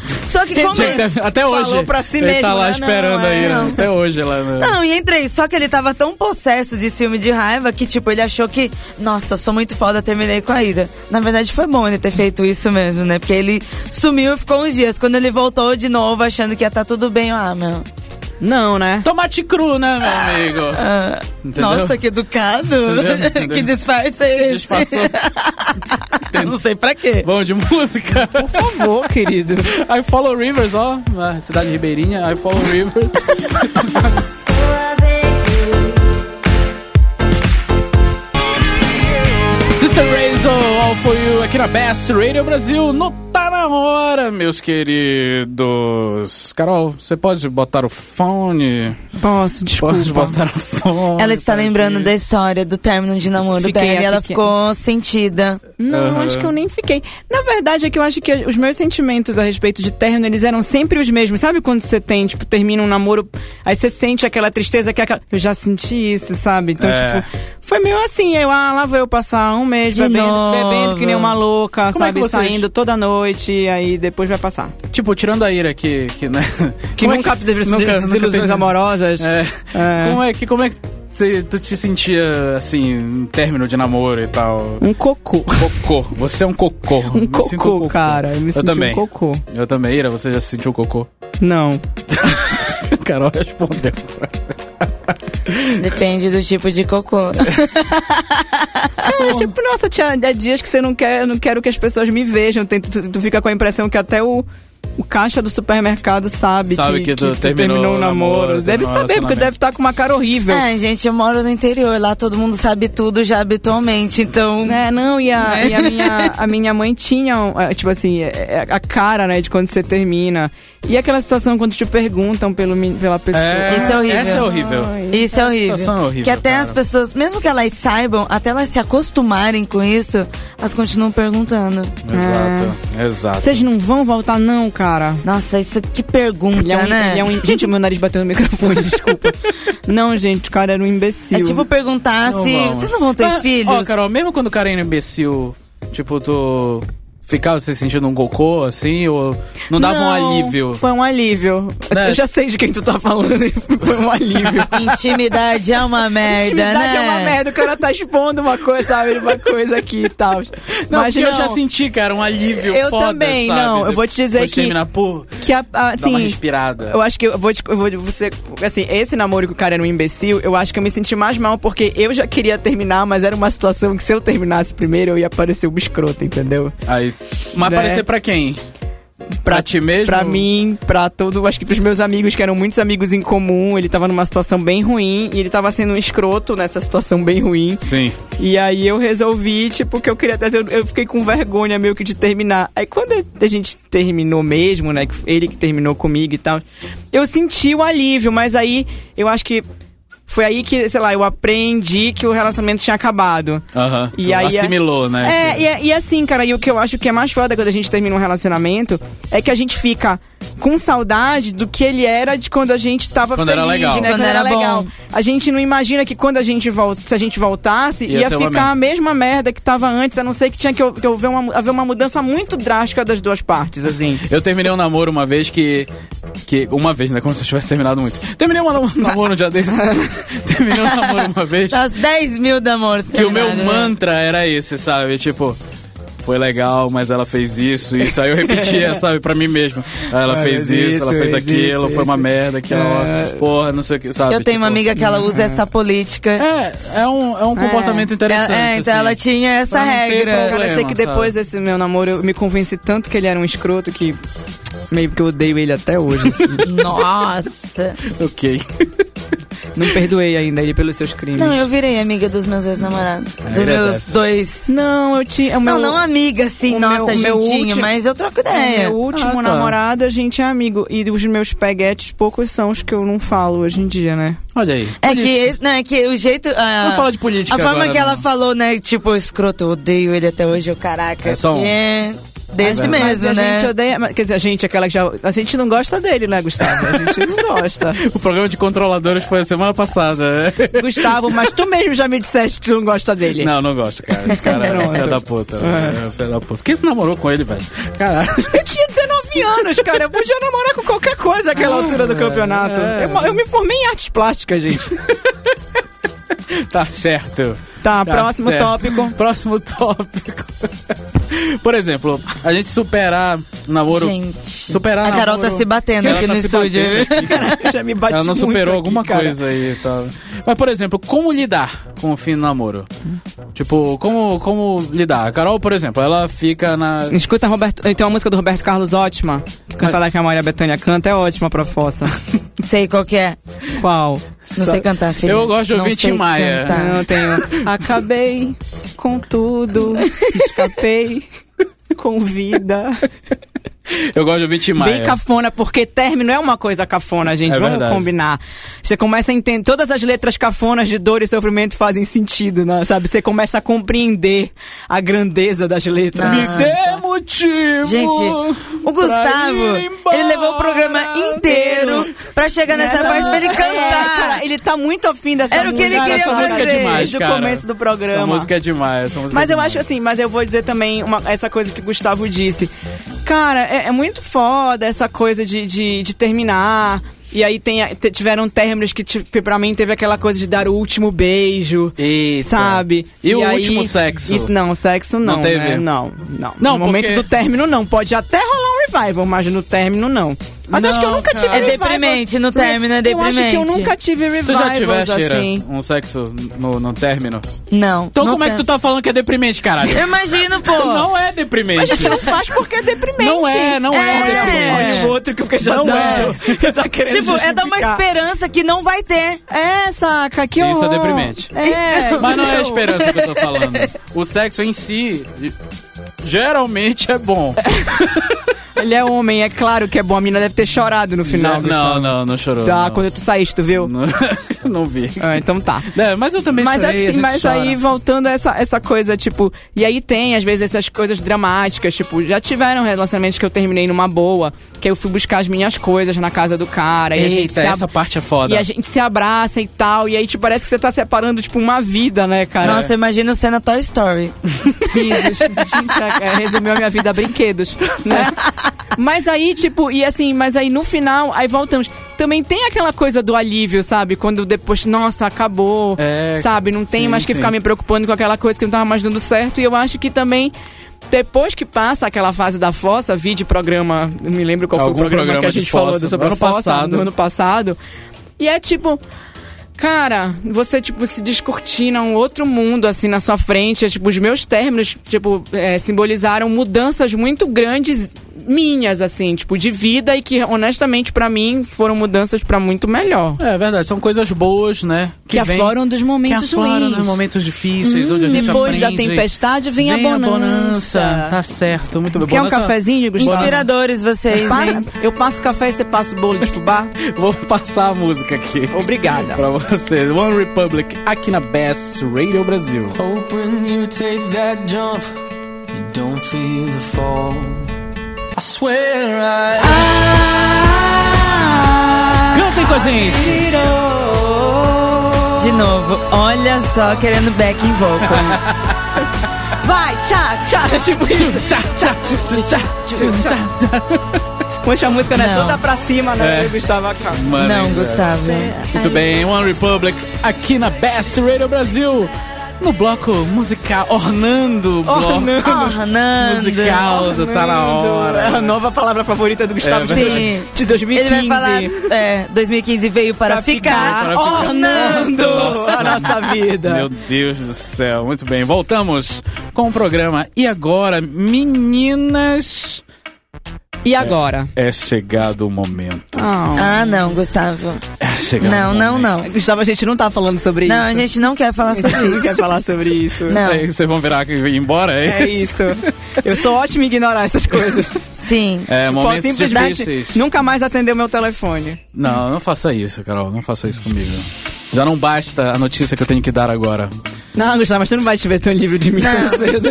F: Só que como ele...
A: Até, até
E: Falou
A: hoje.
E: pra si
A: ele
E: mesmo,
A: tá lá
E: né?
A: esperando
E: Não,
A: aí,
E: é,
A: né?
E: não.
A: Até hoje lá. no-
F: Não, e entrei. Só que ele tava tão possesso de ciúme e de raiva que, tipo, ele achou que, nossa, sou muito foda, terminei com a ida. Na verdade, foi bom ele ter feito isso mesmo, né? Porque ele sumiu e ficou uns dias. Quando ele voltou de novo, achando que ia tá tudo bem, eu, ah, meu.
E: Não, né?
A: Tomate cru, né, meu amigo?
F: ah,
A: Entendeu?
F: nossa, que educado.
A: Entendeu? Entendeu?
F: que disfarce é esse?
A: Disfarçou.
F: não sei pra quê.
A: Bom de música.
E: Por favor, querido.
A: I follow rivers, ó. a Cidade Ribeirinha, I follow rivers. Sister Razel, all for you, aqui na Best Radio Brasil, no Tá Na hora, meus queridos. Carol, você pode botar o fone?
E: Posso,
A: Pode
E: desculpa.
A: botar o fone. tá
F: Ela está lembrando da história do término de namoro
G: Fiquei
F: dela e
G: aqui
F: ela
G: que-
F: ficou sentida.
E: Não,
A: Aham.
E: acho que eu nem fiquei. Na verdade, é que eu acho que os meus sentimentos a respeito de término, eles eram sempre os mesmos. Sabe quando você tem, tipo, termina um namoro, aí você sente aquela tristeza, que é aquela... Eu já senti isso, sabe? Então,
A: É.
E: tipo, foi meio assim. Eu, ah, lá vou eu passar um mês
F: De
E: bebendo,
F: novo.
E: bebendo que nem uma louca,
A: Como é
E: sabe?
A: que vocês-
E: Saindo toda noite, e aí depois vai passar.
A: Tipo, tirando a ira que, que né?
E: Que
A: Como é
E: nunca teve
A: nunca- nunca
E: desilusões
A: teve-
E: amorosas.
A: É.
E: É.
A: Como é que como é que você- tu te sentia assim, um término de namoro e tal?
E: Um cocô.
A: Cocô. Você é um cocô.
E: Um
A: Me sinto
E: cocô, cara. Eu me senti
A: também.
E: um cocô.
A: Eu também, Ira, você já se sentiu cocô?
E: Não.
A: Carol respondeu.
F: Depende do tipo de cocô.
E: É, tipo, nossa, tinha é dias que você não quer, eu não quero que as pessoas me vejam. Tem- tu, tu fica com a impressão que até o, o caixa do supermercado sabe,
A: Sabe que tu terminou
E: um
A: o
E: namoro.
A: namoro,
E: deve
A: terminou o
E: saber, porque
A: relacionamento.
E: deve estar com uma cara horrível.
F: Ai, gente, eu moro no interior, lá todo mundo sabe tudo já habitualmente, então.
E: É, não, e a,
F: Né?
E: e a minha, a minha mãe tinha, um, é, tipo assim, é, é, a cara, né, de quando você termina. E aquela situação quando te perguntam pelo, men- pela pessoa.
F: Isso é horrível.
A: Essa é horrível.
F: Isso é horrível.
A: situação é horrível,
F: Que até
A: cara.
F: as pessoas, mesmo que elas saibam, até elas se acostumarem com isso, elas continuam perguntando.
A: Exato, exato.
E: Ah, Vocês não vão voltar, não, cara.
F: Nossa, isso que pergunta,
E: Ele é um,
F: né?
E: ele é um- gente, o meu nariz bateu no microfone, desculpa. Não, gente, o cara era um imbecil.
F: É tipo perguntar
A: Não
F: se
A: vamos.
F: vocês não vão ter
A: Mas,
F: filhos.
A: Ah, Ó, Carol, mesmo quando o cara era imbecil, tipo, tu ficava se sentindo um cocô, assim, ou não dava um alívio?
E: Foi um alívio.
A: Né?
E: Eu já sei de quem tu tá falando. Foi um alívio.
F: Intimidade é uma merda,
E: Intimidade
F: né?
E: é uma merda. O cara tá expondo uma coisa, sabe? Uma coisa aqui e tal.
A: Não,
E: Mas
A: porque
E: não,
A: eu já senti, cara, um alívio
E: Eu
A: foda,
E: também,
A: sabe?
E: não, eu vou te dizer
A: Depois de
E: que-
A: terminar, pô,
E: que a, a-
A: dá uma
E: assim,
A: respirada.
E: eu acho que eu vou, te, eu vou você assim esse namoro que o cara era um imbecil eu acho que eu me senti mais mal porque eu já queria terminar mas era uma situação que se eu terminasse primeiro eu ia parecer um escroto entendeu
A: Aí, mas
E: Né?
A: aparecer pra quem? Pra ti mesmo?
E: Pra mim, pra todo, acho que pros meus amigos, que eram muitos amigos em comum, ele tava numa situação bem ruim e ele tava sendo um escroto nessa situação bem ruim.
A: Sim.
E: E aí eu resolvi, tipo, que eu queria trazer. Eu, eu fiquei com vergonha meio que de terminar. Aí quando a gente terminou mesmo, né? que Ele que terminou comigo e tal, eu senti o alívio, mas aí eu acho que. Foi aí que, sei lá, eu aprendi que o relacionamento tinha acabado.
A: Aham.
E: E
A: Tu
E: aí é-
A: assimilou, né?
E: É, e, e assim, cara, e o que eu acho que é mais foda quando a gente termina um relacionamento é que a gente fica com saudade do que ele era de quando a gente tava
A: Quando era
E: feliz,
A: legal.
E: né?
F: Quando era bom.
E: legal. A gente não imagina que quando a gente volta, se a gente voltasse,
A: Ia
E: ia,
A: ser uma
E: ficar a mesma merda que tava antes, a não ser que tinha que, eu- que haver, uma, haver uma mudança muito drástica das duas partes, assim.
A: Eu terminei um namoro uma vez que. que uma vez, né? Como se eu tivesse terminado muito. Terminei um nam- namoro um dia desse. terminei um namoro uma vez.
F: Das 10 Tá mil namoros.
A: que o meu
F: terminados, né?
A: mantra era esse, sabe? Tipo. Foi legal, mas ela fez isso, isso. Aí eu repetia, sabe, pra mim mesmo. Ah, Ela fez isso, ela fez aquilo, foi uma merda, aquilo. Porra, não sei o que, sabe?
F: Eu tenho uma
A: Tipo,
F: amiga que ela usa essa política.
A: É, é um, é um comportamento interessante.
F: É, então
A: assim.
F: ela tinha essa
A: Pra não ter
F: regra.
A: problema.
E: Cara, eu sei que
A: É, sabe?
E: depois desse meu namoro eu me convenci tanto que ele era um escroto que meio que eu odeio ele até hoje, assim.
F: Nossa.
A: Ok.
E: não perdoei ainda ele pelos seus crimes.
F: Não, eu virei amiga dos meus ex-namorados. Dos
A: era
F: meus
A: dessas.
F: dois.
E: Não, eu tinha. o
F: Não,
E: meu-
F: não amiga, assim,
E: o
F: nossa,
E: meu- o meu
F: juntinho,
E: último-
F: mas eu troco
E: É,
F: ideia.
E: meu último
A: Ah, tá.
E: namorado, a gente é amigo. E os meus peguetes, poucos são os que eu não falo hoje em dia, né?
A: Olha aí.
F: É que, esse- não, é que o jeito. A,
A: Vamos falar de política
F: A forma
A: agora,
F: que ela
A: não.
F: falou, né? Tipo, escroto, eu odeio ele até hoje, eu caraca.
A: É só um.
F: que é desse
E: Mas
F: mesmo,
E: a
F: né?
E: gente odeia. mas, Quer dizer, a gente, é aquela que já. A gente não gosta dele, né, Gustavo? A gente não gosta.
A: O programa de controladores foi a semana passada. né?
E: Gustavo, mas tu mesmo já me disseste que tu não gosta dele.
A: Não, não gosto, cara. Esse cara é
E: Pronto.
A: filho da puta. É. filho da puta. Por que tu namorou com ele, velho? Caralho.
E: Eu tinha 19 anos, cara. Eu podia namorar com qualquer coisa
A: Ah,
E: naquela altura do campeonato.
A: é.
E: Eu, eu me formei em artes plásticas, gente.
A: Tá certo.
E: Tá,
A: Tá
E: próximo
A: certo.
E: tópico.
A: Próximo tópico. Por exemplo, a gente superar namoro.
F: Gente.
A: Superar
F: a Carol
A: namoro-
F: tá se batendo
A: Ela
F: aqui
A: tá
F: no
A: se
F: estúdio.
A: batendo aqui, cara.
E: Eu já me bati
A: Ela não
E: muito
A: superou
E: aqui,
A: alguma
E: cara.
A: coisa aí e tal. Mas, por exemplo, como lidar com o fim do namoro? Tipo, como, como lidar? A Carol, por exemplo, ela fica na.
E: Escuta, Roberto, tem uma música do Roberto Carlos ótima, que canta lá que a Maria Bethânia canta, é ótima pra fossa.
F: Sei qual que é.
E: Qual?
F: Não sei cantar, filho.
A: Eu gosto de ouvir
F: Não sei
A: Tim Maia.
F: cantar.
E: Eu não tenho. Acabei com tudo, escapei com vida.
A: Eu gosto de ouvir Tim
E: Bem
A: Maia.
E: cafona, porque término é uma coisa cafona, gente.
A: É
E: Vamos
A: verdade.
E: combinar. Você começa a entender. Todas as letras cafonas de dor e sofrimento fazem sentido, né? Sabe? Você começa a compreender a grandeza das letras.
A: Me dê motivo.
F: Gente, o Gustavo, ele levou o programa inteiro pra chegar nessa parte pra ele
E: É,
F: cantar.
E: cara, ele tá muito afim dessa
F: Era o que
E: música.
F: ele
E: Cara,
F: queria
E: essa música
F: fazer.
E: é demais, Desde
A: cara.
E: o começo do programa.
A: Essa música é demais. essa música
E: Mas
A: é
E: eu
A: demais.
E: acho assim, mas eu vou dizer também uma- essa coisa que o Gustavo disse. Cara, é, é muito foda essa coisa de, de, de terminar. E aí tem, a- te- tiveram términos que, tipo, pra mim teve aquela coisa de dar o último beijo.
A: Eita.
E: assim, Sabe?
A: E, o
E: aí-
A: último sexo?
E: Isso, não, sexo não.
A: Não teve?
E: né? Não, não.
A: Não,
E: No momento
A: porque-
E: do término não. Pode até rolar um revival, mas no término não. Mas eu acho que eu
A: Não,
E: nunca
A: cara.
E: tive
F: É
E: revivals.
F: deprimente, no término é
E: Eu acho que eu
F: deprimente.
E: nunca tive
A: Tu
E: revivals
A: já tiveste, Ira,
E: assim.
A: um sexo no, no término?
F: Não.
A: Então
F: não
A: como é que
F: tem.
A: tu tá falando que é deprimente, caralho?
F: Eu imagino, pô.
A: Não é deprimente.
E: Mas a gente não faz porque é deprimente.
A: Não é, não é,
F: É.
A: deprimente.
E: Olha o outro que o que já
A: Não
E: tá,
A: é.
E: tá querendo
F: Tipo, é dar uma
E: justificar.
F: esperança que não vai ter.
E: É, saca, que
A: Isso é
E: horror.
A: deprimente.
E: É.
A: Mas não é a esperança que eu tô falando. O sexo em si geralmente é bom.
E: Ele é homem, é claro que é bom. A mina deve ter chorado no final.
A: não, não, não, não chorou.
E: Tá,
A: não.
E: quando tu saíste, tu viu?
A: Não, não vi.
E: Ah, então tá.
A: É, mas eu também
E: Mas
A: chorei, a
E: assim,
A: gente
E: mas
A: chora.
E: aí voltando a essa, essa coisa, tipo, e aí tem às vezes essas coisas dramáticas, tipo, já tiveram relacionamentos que eu terminei numa boa, que eu fui buscar as minhas coisas na casa do cara, e a gente
A: Eita,
E: se ab-
A: essa parte é foda.
E: E a gente se abraça e tal, e aí te parece que você tá separando, tipo, uma vida, né, cara?
A: É.
F: Nossa, imagina cena Toy Story.
E: Brinquedos. Gente, a- é, resumiu a minha vida a brinquedos,
A: Tá
E: né? Mas aí, tipo, e assim, mas aí no final, aí voltamos. Também tem aquela coisa do alívio, sabe? Quando depois, nossa, acabou,
A: É,
E: sabe? Não tem
A: sim,
E: mais que
A: sim.
E: ficar me preocupando com aquela coisa que não tava mais dando certo. E eu acho que também... Depois que passa aquela fase da fossa, vídeo programa, não me lembro qual
A: Algum
E: foi o programa,
A: programa
E: que a
A: de
E: gente falou
A: fossa,
E: sobre
A: ano
E: a fossa
A: passado.
E: no ano passado. E é tipo, Cara, você, tipo, se descortina um outro mundo, assim, na sua frente. É, tipo, os meus términos, tipo, é, simbolizaram mudanças muito grandes minhas, assim, tipo, de vida e que, honestamente, pra mim, foram mudanças pra muito melhor.
A: É verdade, são coisas boas, né? vem-
C: dos
A: que
C: momentos
A: afloram nos momentos difíceis, onde a gente
C: Depois da
A: aprende.
C: tempestade vem,
A: Vem
C: a bonança.
A: Tá certo, muito bem.
C: Quer um
A: Bonança-
C: cafezinho, Gustavo?
F: Inspiradores vocês, hein?
E: Para- eu passo café e você passa o bolo de fubá?
A: Vou passar a música aqui.
E: Obrigada.
A: Pra você, One Republic, aqui na Best Radio Brasil.
B: Hope when you take that jump, you don't feel the fall. I swear I.
A: Cantem com a gente!
F: De novo, olha só, querendo backing vocal.
C: Vai, tchau, tchau.
A: Tipo isso. Tchá, tchá, tchá, tchá, tchá, tchá.
E: Poxa, a música não é
F: Não.
E: toda pra cima, né,
A: É.
E: Gustavo? Acaba.
A: Mano,
F: Não,
A: hein,
F: Gustavo.
A: Muito bem, One Republic, aqui na Best Radio Brasil. No bloco musical, ornando o bloco
F: Oh, Hernando.
A: musical do Tá Na Hora.
E: É a nova palavra favorita do Gustavo
A: É
F: verdade.
E: de- de 2015.
F: Ele vai falar, é, 2015 veio para, ficar.
A: ficar.
F: Oh, Hernando.
E: Nossa, a nossa vida.
A: Meu Deus do céu, muito bem. Voltamos com o programa. E agora, meninas,
E: E agora?
A: é chegado o momento.
F: Ah, não, Gustavo.
A: É chegado
F: Não,
A: o
F: não,
A: momento.
F: não.
C: Gustavo, a gente não tá falando sobre
F: Não, a
C: isso.
F: gente não quer falar sobre
E: Não quer
F: isso.
E: falar sobre isso.
F: Não.
A: É, Vocês vão virar e ir embora, é?
E: É isso. Eu sou ótimo em ignorar essas coisas.
F: Sim.
A: É,
E: Posso
A: momentos
E: simplesmente
A: difíceis.
E: nunca mais atender o meu telefone.
A: Não, não faça isso, Carol. Não faça isso comigo. Já não basta a notícia que eu tenho que dar agora.
E: Não, Gustavo, mas tu não vai te ver tão livre de mim
F: Não.
E: tão cedo.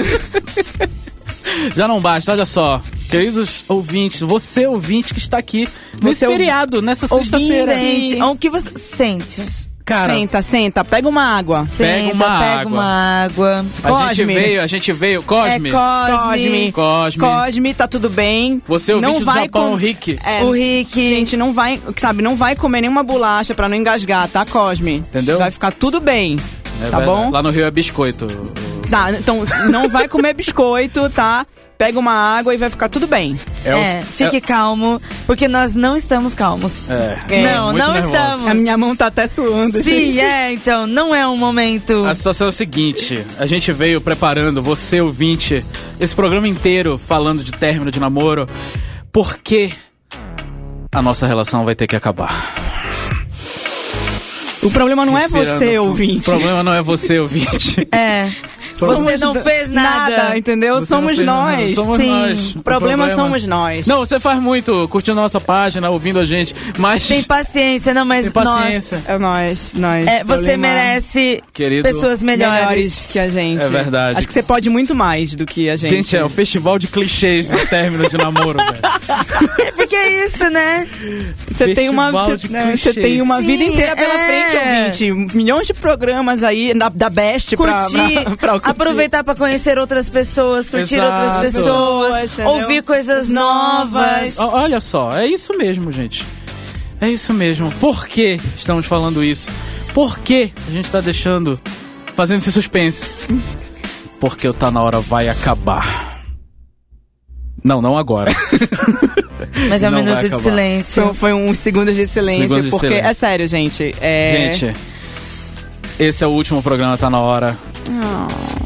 A: Já não basta, olha só. Queridos ouvintes, você ouvinte que está aqui nesse
E: Você ouvi-
A: feriado, nessa sexta-feira.
F: Sente. O que você sente?
A: Cara,
E: Senta, senta, pega uma água.
F: Senta,
A: uma
F: pega
A: água.
F: uma água.
A: a gente
E: Cosme.
A: veio, a gente veio.
F: É
A: Cosme.
F: Cosme.
E: Cosme.
A: Cosme.
E: Cosme, tá tudo bem.
A: Você, é ouvinte
E: não
A: do
E: vai
A: Japão,
E: com-
A: Rick.
E: É,
F: O Rick.
E: Gente, não vai, sabe, não vai comer nenhuma bolacha pra não engasgar, tá, Cosme?
A: Entendeu?
E: Vai ficar tudo bem.
A: É
E: tá
A: verdade.
E: bom?
A: Lá no Rio é biscoito.
E: Tá, então não vai comer biscoito, tá? Pega uma água e vai ficar tudo bem.
A: o-
F: É, fique calmo, porque nós não estamos calmos.
A: É.
E: É,
F: não,
A: muito
F: não
A: nervoso.
F: estamos.
E: A minha mão tá até suando.
F: Sim,
E: gente.
F: é, então, não é um momento.
A: A situação é a seguinte: a gente veio preparando, você ouvinte, esse programa inteiro falando de término de namoro, porque a nossa relação vai ter que acabar.
C: O problema não é
A: Respirando
C: você,
A: fundo.
C: ouvinte.
A: O problema não é você, ouvinte.
F: É. Você não fez nada.
C: entendeu?
A: Você não
C: somos
A: fez nada.
C: nós.
A: Somos
F: Sim.
A: nós.
C: O problema, somos nós.
A: Não, você faz muito, curtindo a nossa página, ouvindo a gente, mas.
F: Tem paciência, não, mas
A: Tem paciência.
C: É nós, nós.
F: nós. É, você
C: Problema
F: merece
A: Querido.
F: pessoas melhores.
C: melhores que a gente.
A: É verdade.
C: Acho que você pode muito mais do que a gente.
A: Gente, é o festival de clichês de término de namoro, velho.
F: Porque é isso, né?
C: Você tem uma,
A: Festival
C: você,
A: de
C: né, você
A: clichês.
C: tem uma
F: Sim,
C: vida inteira pela
F: é.
C: frente, ouvinte. Milhões de programas aí na- da Best pra,
F: Curtir,
C: pra, pra curtir.
F: aproveitar pra conhecer outras pessoas, curtir
A: Exato.
F: outras pessoas,
C: Pessoas, entendeu?
F: ouvir coisas novas.
A: O- Olha só, é isso mesmo, gente. É isso mesmo. Por que estamos falando isso? Por que a gente tá deixando, fazendo esse suspense? Porque o Tá Na Hora vai acabar. Não, não agora.
F: Mas é um
A: Não vai
F: minuto de
A: acabar.
F: silêncio.
C: Foi, foi uns segundos de silêncio,
A: Segundos de
C: porque
A: silêncio.
C: é sério, gente. É...
A: Gente, esse é o último programa Tá Na Hora.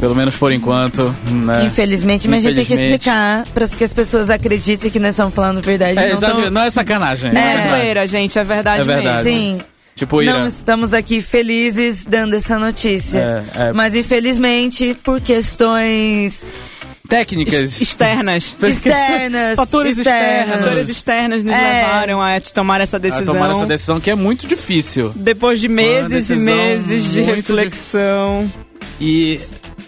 A: Pelo menos por enquanto, né?
F: Infelizmente, mas a gente tem que
A: Infelizmente.
F: explicar para que as pessoas acreditem que nós estamos falando verdade.
A: É,
F: não
A: exager-
F: tão-
A: não é sacanagem.
C: Não é
A: verdade.
C: zoeira, gente, é verdade,
A: É verdade.
C: mesmo.
F: Sim.
A: Tipo, Ira.
F: Não estamos aqui felizes dando essa notícia.
A: É, é.
F: Mas infelizmente, por questões
A: Técnicas.
C: Externas.
F: externas.
A: Fatores externos.
C: Fatores externas nos
F: É.
C: levaram a te tomar essa
A: a
C: decisão.
A: tomar essa decisão que é muito difícil.
C: Depois de
A: uma
C: meses e
A: decisão
C: meses de
A: muito
C: reflexão.
A: E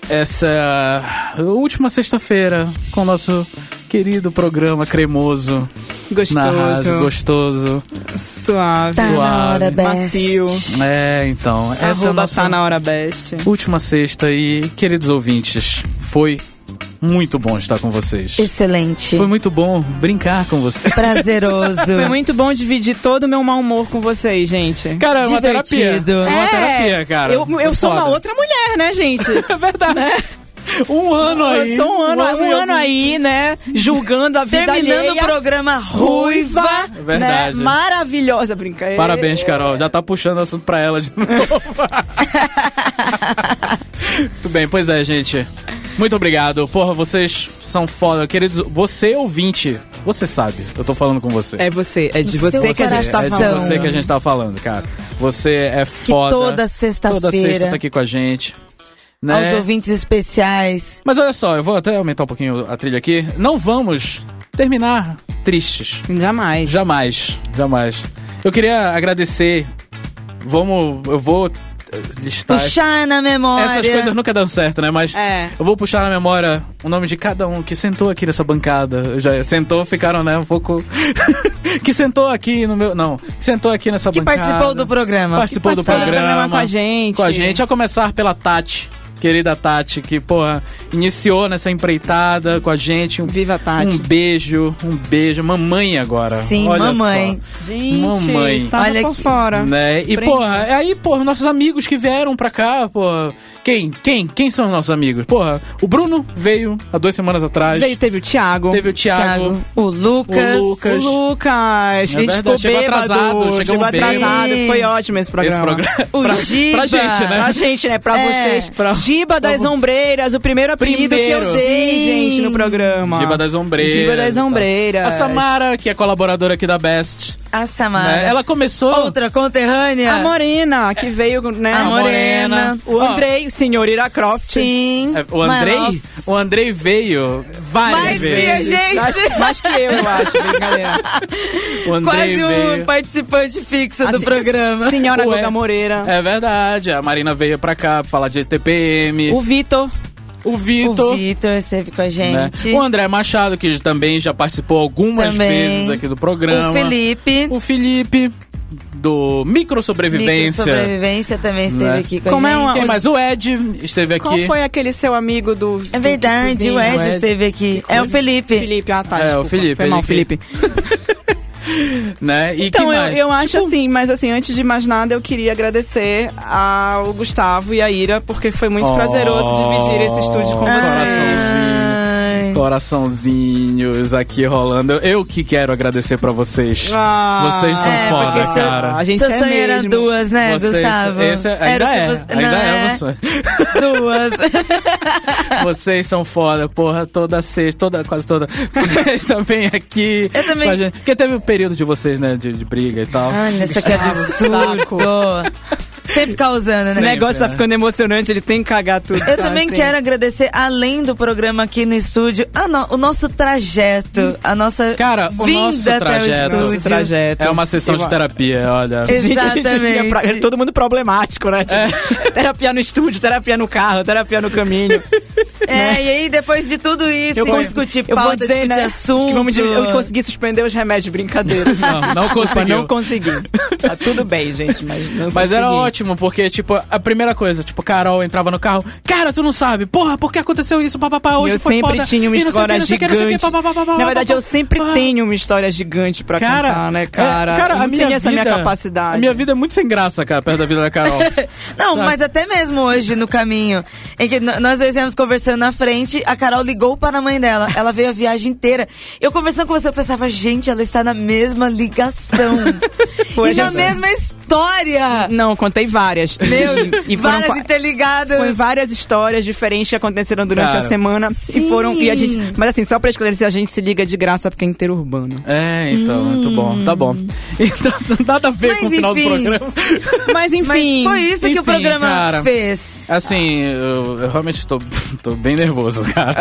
A: essa última sexta-feira, com o nosso querido programa cremoso, na rádio, gostoso.
C: Gostoso. Suave.
F: Tá na hora,
A: Suave.
F: Bess.
C: Macio.
A: É, então, essa é a
C: Arroba
A: nossa
C: tá na hora best.
A: última sexta e, queridos ouvintes, foi muito bom estar com vocês.
F: Excelente.
A: Foi muito bom brincar com vocês.
F: Prazeroso.
C: Foi
A: É.
C: muito bom dividir todo o meu mau humor com vocês, gente.
A: Cara, é uma
F: Divertido.
A: terapia. É uma terapia, cara.
C: Eu, eu
A: É
C: sou uma
A: foda.
C: outra mulher, né, gente? Né?
A: É verdade. Um ano aí.
C: Eu sou um ano, um
A: e
C: ano aí, né? Julgando a vida
F: Terminando
C: alheia.
F: o programa Ruiva.
A: É verdade.
C: Né? Maravilhosa, é. brincadeira.
A: Parabéns, Carol. Já tá puxando assunto pra ela de novo. Muito bem, pois é, gente. Muito obrigado. Porra, vocês são foda. Queridos, você ouvinte, você sabe. Eu tô falando com você.
C: É você, é de
F: Do seu
C: você que a gente tá
A: É de
F: coração.
C: falando.
A: você que a gente tá falando, cara. Você é
F: Que
A: foda.
F: toda sexta-feira.
A: Toda sexta tá aqui com a gente. Né?
F: Aos ouvintes especiais.
A: Mas olha só, eu vou até aumentar um pouquinho a trilha aqui. Não vamos terminar tristes.
C: Jamais.
A: Jamais, jamais. Eu queria agradecer. Vamos, eu vou eh, listar.
F: Puxar na memória.
A: Essas coisas nunca dão certo, né? Mas
C: É.
A: eu vou puxar na memória o nome de cada um que sentou aqui nessa bancada. Já sentou, ficaram, né, um pouco. que sentou aqui no meu. Não, que sentou aqui nessa
F: Que
A: bancada.
F: participou do programa.
A: Participou do
C: Participando do
A: programa.
C: com a gente.
A: Com a gente. A começar pela Tati. Querida Tati, que, porra, iniciou nessa empreitada com a gente. Um,
C: Viva a Tati.
A: Um beijo, um beijo. Mamãe agora.
F: Sim,
A: Olha
F: mamãe.
A: só.
C: Gente,
A: Mamãe.
C: tava
F: Olha
C: por
F: que-
C: fora.
A: Né? E,
C: Aprendi.
A: porra, aí, porra, nossos amigos que vieram pra cá, porra. Quem? Quem? Quem são nossos amigos? Porra, o Bruno veio há duas semanas atrás.
C: Veio, teve o Thiago.
A: Teve o Thiago.
F: Thiago, o Lucas.
A: O Lucas. É
C: O Lucas, que a gente ficou
A: verdade, chegou
C: bêbado,
A: atrasado, chegou
C: chegou
A: bêbado.
C: atrasado, foi ótimo esse programa.
A: Esse programa.
F: O
A: pra,
F: Giba.
A: pra gente, né?
C: Pra gente, né? Pra
F: É.
C: vocês.
A: Pra-
C: Giba das Ombreiras, o primeiro apelido que
A: Primeiro.
C: eu dei,
F: Sim.
C: gente, no programa.
A: Giba das Ombreiras.
C: Giba das Ombreiras.
A: A Samara, que é colaboradora aqui da Best.
F: A Samara.
A: né? Ela começou.
F: Outra conterrânea.
C: A Morena, que veio, né?
F: A Morena.
C: O Andrei, o senhor Ira Croft.
F: Sim.
A: É, O Andrei,
F: Mas-
A: o Andrei veio várias
F: Mais que a
A: vezes.
C: Mais,
F: gente.
C: mais que eu, eu acho, brincadeira.
A: O Andrei
F: Quase um
A: veio. Assim,
F: participante fixo
C: A
F: do
C: se-
F: programa.
C: Senhora
A: Ué.
C: Goga Moreira.
A: É verdade, a Marina veio pra cá pra falar de TPM.
C: O Vitor.
A: O,
F: O
A: Vitor.
F: Vitor esteve com a
A: né?
F: gente.
A: O André Machado, que também já participou algumas
F: Também.
A: vezes aqui do programa.
F: O Felipe.
A: O Felipe, do Micro Sobrevivência.
F: Sobrevivência também esteve
A: Né?
F: aqui com
C: Como
F: a
C: é
F: gente.
C: uma-
A: Quem mais? O Ed esteve aqui.
C: Qual foi aquele seu amigo do.
F: É
C: do
F: verdade,
C: cozinho?
F: o Ed
A: Ed.
F: esteve aqui. É o Felipe.
C: Felipe, ah tá.
A: É, o
C: desculpa.
A: Felipe,
C: Foi mal,
A: ele que-
C: Felipe.
A: Né? E
C: Então,
A: quem
C: eu,
A: mais?
C: eu acho assim, mas assim, antes de mais nada, eu queria agradecer ao Gustavo e à Ira, porque foi muito
A: Oh,
C: prazeroso dividir esse estúdio com vocês.
A: Coraçãozinho.
F: Ai.
A: Coraçãozinhos aqui rolando. Eu que quero agradecer pra vocês.
C: Ah,
A: Vocês são
F: É,
A: foda,
F: porque seu-
A: né, cara.
C: A gente
F: Seu
C: é
F: sonho era
C: mesmo.
F: duas, né,
A: Vocês-
F: Gustavo?
A: esse é- ainda
F: o que
A: é,
F: você-
A: ainda
F: Não,
A: é, você.
F: Duas.
A: Vocês são foda, porra, toda sexta, toda, quase toda. Vocês também aqui.
F: Eu também.
A: com a gente.
C: Ah,
A: Porque teve o período de vocês, né? De, de briga e tal.
F: Olha, isso aqui é absurdo. Sempre causando,
C: Esse
F: né?
C: negócio
A: é.
C: tá ficando emocionante, ele tem que cagar tudo.
F: Eu
C: tá,
F: também
C: assim.
F: quero agradecer, além do programa aqui no estúdio, a no- o nosso trajeto, a nossa
A: Cara, o
F: vinda
A: nosso
F: até
A: trajeto.
F: o
C: Nosso
F: estúdio.
C: trajeto.
A: É uma sessão
C: Eu-
A: de terapia, olha.
F: Ex-
C: Gente, a gente fica
F: Exatamente.
C: pra- é todo mundo problemático, né? Tipo,
A: É.
C: terapia no estúdio, terapia no carro, terapia no caminho. né?
F: É, e aí depois de tudo isso,
C: vou né?
F: discutir pauta, discutir assunto.
C: que vamos dizer, eu consegui suspender os remédios, brincadeira.
A: Não, não
C: Desculpa,
A: conseguiu.
C: não consegui. Tá tudo bem, gente, mas não
A: Mas era
C: consegui.
A: ótimo, porque, tipo, a primeira coisa, tipo, Carol entrava no carro, cara, tu não sabe, porra, por que aconteceu isso, papapá, hoje
C: eu
A: foi
C: sempre
A: foda,
C: tinha uma
A: e não sei o que,
C: história
A: não sei o que, não sei o que,
C: gigante.
A: pá, pá, pá, pá,
C: Na
A: pá,
C: verdade,
A: pá,
C: eu sempre
A: pá.
C: tenho uma história gigante pra
A: Cara,
C: contar, né,
A: é,
C: cara?
A: cara,
C: Eu
A: a
C: não
A: minha
C: tenho essa minha
A: vida-
C: capacidade.
A: A minha vida é muito sem graça, cara, perto da vida da Carol.
F: Não,
A: Sabe?
F: mas até mesmo hoje no caminho, em que no- nós dois viemos conversando na frente, a Carol ligou para a mãe dela. Ela veio a viagem inteira. Eu conversando com você, eu pensava, gente, ela está na mesma ligação.
C: Foi,
F: e na
C: gente.
F: mesma história.
C: Não, contei várias.
F: Meu,
C: e foram
F: várias
C: qua-
F: interligadas.
C: Foi várias histórias diferentes que aconteceram durante
A: Cara,
C: a semana
F: sim.
C: e foram e a gente, mas assim, só pra esclarecer, a gente se liga de graça porque é interurbano.
A: é, então, muito bom, tá bom.
C: Hum.
A: Então, nada a ver
F: Mas
A: com o final
F: enfim.
A: do programa.
C: Mas enfim,
F: Mas foi isso que o
A: enfim,
F: programa
A: cara.
F: fez.
A: Assim, eu, eu realmente tô, tô bem nervoso, cara.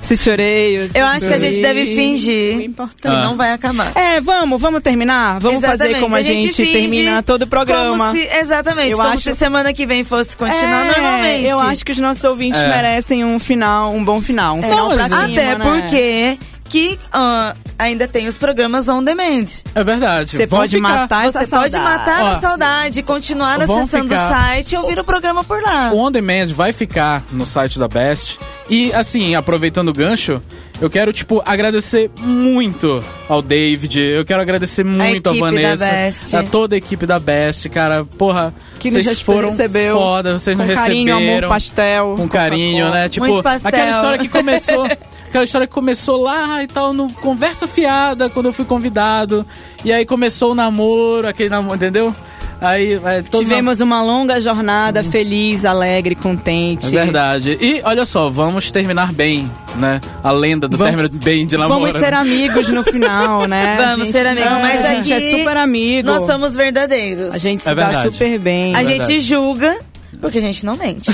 C: se chorei. se
F: Eu acho que a gente
C: chorei.
F: deve fingir
C: O
F: que
C: importante.
A: Ah.
F: não vai acabar.
C: É, vamos, vamos terminar? Vamos fazer como a, gente,
F: finge
C: termina todo o programa.
F: como se- exatamente,
C: Eu
F: como
C: acho-
F: se semana que vem fosse continuar
C: É,
F: normalmente.
C: Eu acho que os nossos ouvintes
A: É.
C: merecem um final, um bom final. Um
F: É,
C: final pra cima,
F: Até
C: né?
F: porque que ah, ainda tem os programas on demand.
A: É verdade.
C: Você
A: Vão
C: pode
A: ficar-
C: matar essa
F: Você pode
C: saudade.
F: matar
A: Ó,
F: a saudade, continuar
A: vão
F: acessando
A: ficar-
F: o site e ouvir o programa por lá.
A: O On Demand vai ficar no site da Best. E, assim, aproveitando o gancho, eu quero, tipo, agradecer muito ao David. Eu quero agradecer muito
F: equipe
A: a
F: da
A: Vanessa.
F: Best.
A: A toda a equipe da Best, cara. Porra,
C: Que nos
A: vocês foram
C: recebeu
A: foda, vocês
C: com
A: nos
C: carinho, amor,
A: receberam.
C: pastel.
A: com carinho, né? Tipo,
F: Muito pastel.
A: aquela história que começou. Aquela história que começou lá e tal, no Conversa Fiada, quando eu fui convidado. E aí começou o namoro, aquele namoro, entendeu? Aí, é, todo
C: Tivemos uma longa jornada feliz, alegre, contente.
A: É verdade. E olha só, vamos terminar bem, né? A lenda do
C: Vamos-
A: término bem de namoro.
C: Vamos ser
A: né?
C: amigos no final, né?
F: Vamos
C: A gente-
F: ser amigos,
C: não,
F: mas
C: a gente
F: aqui
C: é super amigo.
F: Nós somos verdadeiros.
C: A gente se
A: É
C: dá
A: verdade.
C: super bem.
F: A
A: verdade.
F: gente julga porque a gente não mente.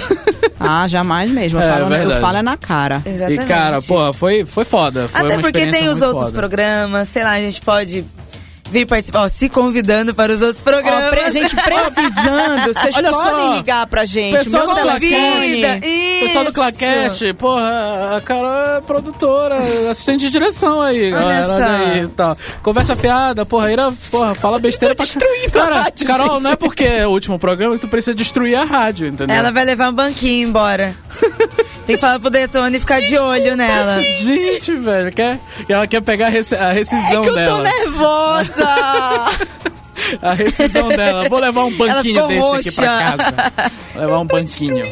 C: Ah, jamais mesmo. Eu,
A: É,
C: falo, eu
A: verdade.
C: falo é na cara.
A: E
F: Exatamente.
A: cara, porra, foi, foi foda. Foi
F: Até
A: uma
F: porque tem
A: experiência
F: os
A: muito
F: outros
A: foda.
F: programas, sei lá, a gente pode vir participar, ó, se convidando para os outros
C: Ó,
F: programas.
C: pre- gente precisando, vocês
A: Olha
C: podem
A: só.
C: ligar pra gente.
A: Pessoal
C: Meu
A: do
C: telefone.
F: Convida! Isso!
A: Pessoal do Claquete, porra, a Carol é produtora, assistente de direção aí,
F: Olha
A: galera,
F: só.
A: aí e tal. Conversa fiada, porra, Ira, porra, fala besteira pra destruir Cara,
C: rádio,
A: Carol,
C: gente.
A: não é porque é o último programa que tu precisa destruir a rádio, entendeu?
F: Ela vai levar um banquinho embora. Tem que falar pro Detone ficar de olho nela.
A: Gente, velho, quer, ela quer pegar a, rece- a
F: É
A: rescisão
C: É Eu tô
A: dela.
F: né?
C: nervosa!
A: A rescisão dela. Vou levar um
F: Ela
A: banquinho
F: ficou
A: desse aqui pra
F: roxa.
A: casa. Vou levar um banquinho.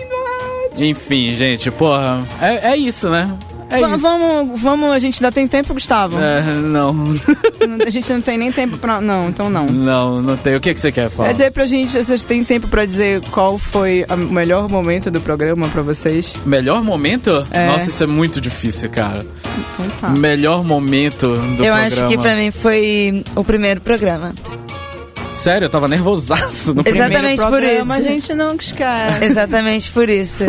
A: Enfim, gente, porra. É, é isso, né? É
C: Va-
A: isso.
C: vamos, vamos, a gente ainda tem tempo, Gustavo?
A: É, não,
C: A gente não tem nem tempo pra. Não, então não.
A: não, não tem. O que, que você quer falar?
C: Mas é pra gente, vocês têm tempo pra dizer qual foi a- o melhor momento do programa pra vocês?
A: Melhor momento?
C: É.
A: Nossa, isso é muito difícil, cara.
C: Então tá.
A: Melhor momento do
F: Ah. Eu
A: programa.
F: acho que pra mim foi o primeiro programa.
A: Sério, eu tava nervosaço no primeiro.
F: Exatamente por
C: programa, a
F: isso.
C: gente não esquece.
F: Exatamente por isso.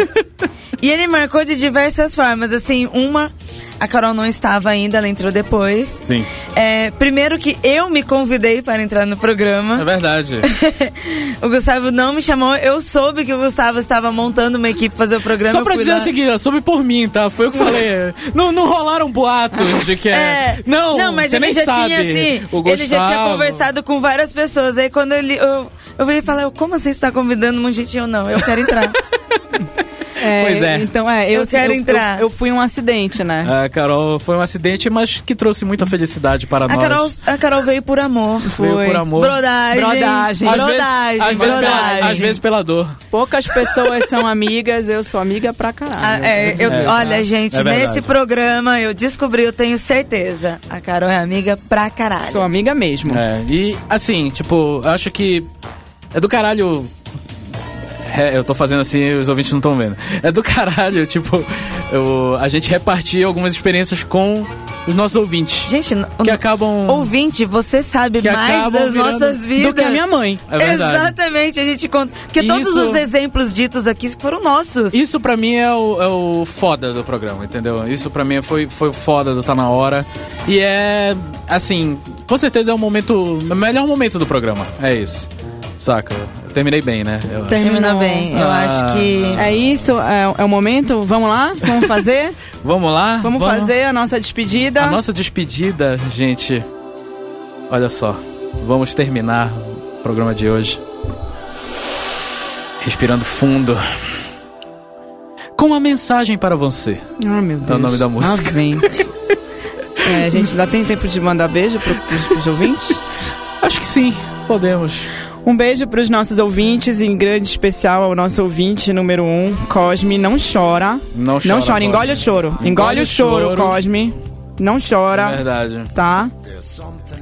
F: E ele marcou de diversas formas. Assim, uma, a Carol não estava ainda, ela entrou depois.
A: Sim,
F: É, primeiro que eu me convidei para entrar no
A: é
F: programa.
A: verdade.
F: Então O Gustavo não me chamou. Eu soube que o Gustavo estava montando uma equipe fazer o programa.
A: Só
F: eu
A: pra
F: fui
A: dizer assim,
F: lá.
A: o seguinte, ó, soube por mim, tá? Foi eu que falei. Não, não rolaram boatos de que é.
F: É.
A: Não,
F: mas
A: você
F: ele
A: nem
F: já
A: sabe.
F: tinha assim.
A: o
F: Ele já tinha
A: Gustavo.
F: conversado com várias pessoas. Aí quando ele. Eu, eu veio falar, eu, como assim você tá convidando um monte de gente? Eu não, eu quero entrar.
A: Pois é.
C: Então é, eu,
F: Eu quero entrar.
C: Eu, eu fui um acidente, né?
A: A Carol foi um acidente, mas que trouxe muita felicidade para
F: a,
A: nós.
F: Carol, a Carol veio por amor.
A: veio
C: foi.
A: por amor.
F: Brodagem.
C: Brodagem.
A: Às vezes-
F: Brodagem.
A: às vezes,
F: brodagem.
A: pela, às vezes pela dor.
C: Poucas pessoas são amigas, eu sou amiga pra
F: Ah,
C: caralho.
F: é, eu-
A: É.
F: olha, gente,
A: É verdade.
F: nesse programa eu descobri, eu tenho certeza. A Carol é amiga pra caralho.
C: Sou amiga mesmo.
A: É, e assim, tipo, eu acho que é do caralho. É, eu tô fazendo assim e os ouvintes não estão vendo. É do caralho, tipo, eu- a gente repartir algumas experiências com os nossos ouvintes.
F: Gente,
A: Que
F: o-
A: acabam.
F: ouvinte, você sabe
A: Que
F: mais
A: acabam
F: das
A: virando-
F: nossas vidas
C: Do que a minha mãe.
A: É verdade.
F: Exatamente, a gente conta. Porque todos
A: Isso-
F: os exemplos ditos aqui foram nossos.
A: Isso pra mim é o, é o foda do programa, entendeu? Isso pra mim foi, foi o foda do Tá Na Hora. E é, assim, com certeza é o momento, o melhor momento do programa. É isso. Saca? Eu terminei bem, né? Eu-
F: Termina bem. Eu
A: Ah.
F: acho que.
C: É isso? É, é o momento? Vamos lá? Vamos fazer?
A: Vamos lá?
C: Vamos, fazer a nossa despedida?
A: A
F: Tá.
A: nossa despedida, gente. Olha só. Vamos terminar o programa de hoje. Respirando fundo. Com uma mensagem para você.
C: Ah, meu Deus.
A: É o nome da música.
C: Ah, vem. É, gente, ainda tem tempo de mandar beijo pro, pros, pros ouvintes?
A: Acho que sim, podemos.
C: Um beijo pros nossos ouvintes, em grande especial ao nosso ouvinte número um, Cosme. Não chora.
A: Não chora.
C: Não chora, engole o choro. Engole, o choro, Cosme. Não
A: É
C: chora,
A: verdade.
C: tá?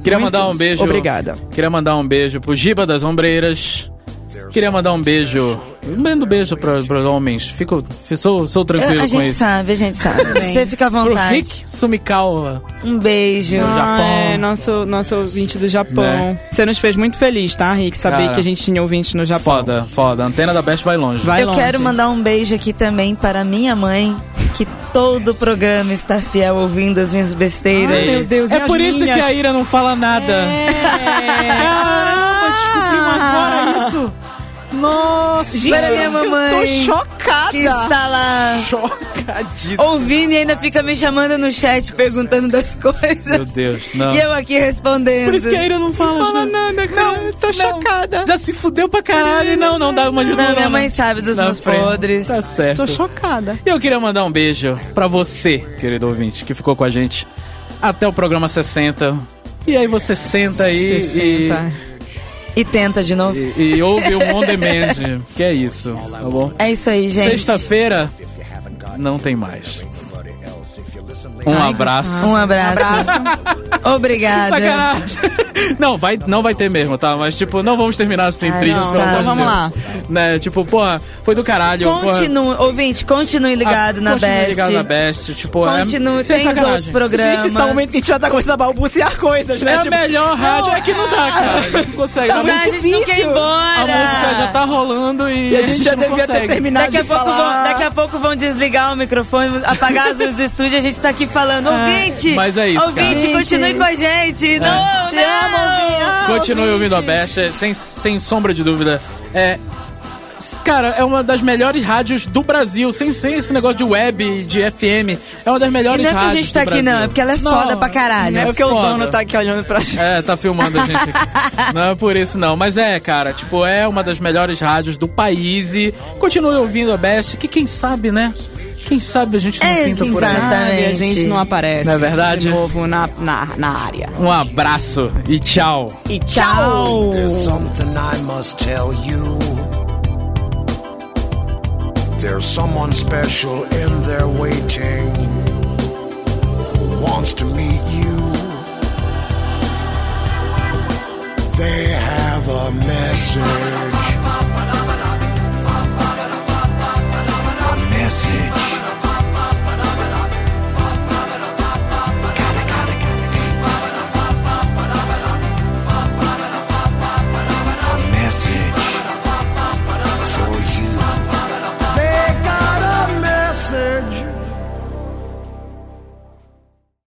A: Queria
C: Muito
A: mandar um beijo.
C: Obrigada.
A: Queria mandar um beijo pro Giba das Ombreiras. Queria mandar um beijo. Um grande beijo para os homens. Fico, sou, sou tranquilo
F: a
A: com
F: gente
A: isso.
F: sabe, a gente sabe. Você fica à
A: Pro
F: vontade.
A: Rick Sumikawa.
F: Um beijo.
A: Ah, Japão.
C: é, nosso, nosso ouvinte do Japão.
A: Né?
C: Você nos fez muito feliz, tá, Rick? Saber
A: Cara.
C: que a gente tinha ouvinte no Japão.
A: Foda, foda. A antena da Best vai longe.
C: Vai
F: Eu
C: longe.
F: quero mandar um beijo aqui também para minha mãe, que todo o programa está fiel ouvindo as minhas besteiras.
C: Ai, meu Deus, e
A: é
C: as
A: por isso
C: minhas?
A: que a Ira não fala nada. Caramba, descobrimos
C: Ah,
A: agora isso. Nossa,
F: Para minha mamãe,
C: chocada.
F: que está lá
A: chocadíssimo.
F: ouvindo e ainda fica me chamando no chat, perguntando das coisas.
A: Meu Deus, não.
F: E eu aqui respondendo.
A: Por isso que é a Ira não fala,
C: Fala
A: gente.
C: nada, cara. eu tô chocada.
A: Já se fudeu pra caralho. Não, não, dá uma ajuda.
F: Não, minha mãe sabe dos
A: Na
F: meus
A: frente.
F: podres.
A: Tá certo.
C: Tô chocada.
A: E eu queria mandar um beijo pra você, querido ouvinte, que ficou com a gente até o programa 60. E aí você senta aí e-
C: Tá.
F: E tenta de novo.
A: e, e ouve o On Demand, que é isso, tá bom?
F: É isso aí, gente.
A: Sexta-feira não tem mais. Um abraço.
F: Um abraço. Obrigada.
A: Sacanagem. Não vai, não vai ter mesmo, tá? Mas, tipo, não vamos terminar assim,
F: Ah,
A: triste.
F: não,
A: pelo
F: tá.
A: amor de
C: Vamos
A: Deus.
C: lá.
A: Né? Tipo, porra, foi do caralho. porra.
F: Continue, ouvinte, continue ligado
A: Ah,
F: na
A: continue
F: Best.
A: ligado na Best. Tipo, é-
F: Continue,
A: sem
F: tem os
A: sacanagem.
F: outros programas.
C: Gente, tá um momento que a gente já tá começando a balbuciar coisas,
A: É
C: né?
A: a
C: Tipo,
A: melhor rádio. É que não dá, cara. Não consegue. a,
F: Tá, a
A: música,
F: gente não quer ir
C: difícil.
F: embora.
A: a música já tá rolando e,
C: e a gente já
A: não
C: devia
A: consegue.
C: ter terminado
F: Daqui a,
C: de
F: pouco vão,
C: falar.
F: daqui a pouco vão desligar o microfone, apagar as luzes do estúdio e a gente tá aqui falando. Ouvinte!
A: mas é isso, cara.
F: Ouvinte, continue com a gente. Não,
C: É. Te
F: não.
C: amo, ouvinte. Ah.
A: Continue ouvindo a Best, sem, sem sombra de dúvida. É. s- Cara, é uma das melhores rádios do Brasil, sem ser esse negócio de web, de FM. É uma das melhores
F: E não é porque a
A: rádios.
F: gente tá
A: do
F: aqui,
A: Brasil.
F: não, é porque ela é foda pra caralho.
C: É
A: é
C: porque o
A: foda.
C: dono tá aqui olhando pra gente.
A: É, tá filmando a gente aqui. Não é por isso, não. Mas é, cara, tipo, é uma das melhores rádios do país. E continue ouvindo a Best, que quem sabe, né? Quem sabe a gente não pinta por aí.
F: É, Exato. Exatamente.
C: E a gente não aparece.
A: Não é verdade?
C: De novo na, na, na área.
A: Um abraço e tchau.
C: E tchau!
H: There's something I must tell you. There's someone special in there waiting who wants to meet you.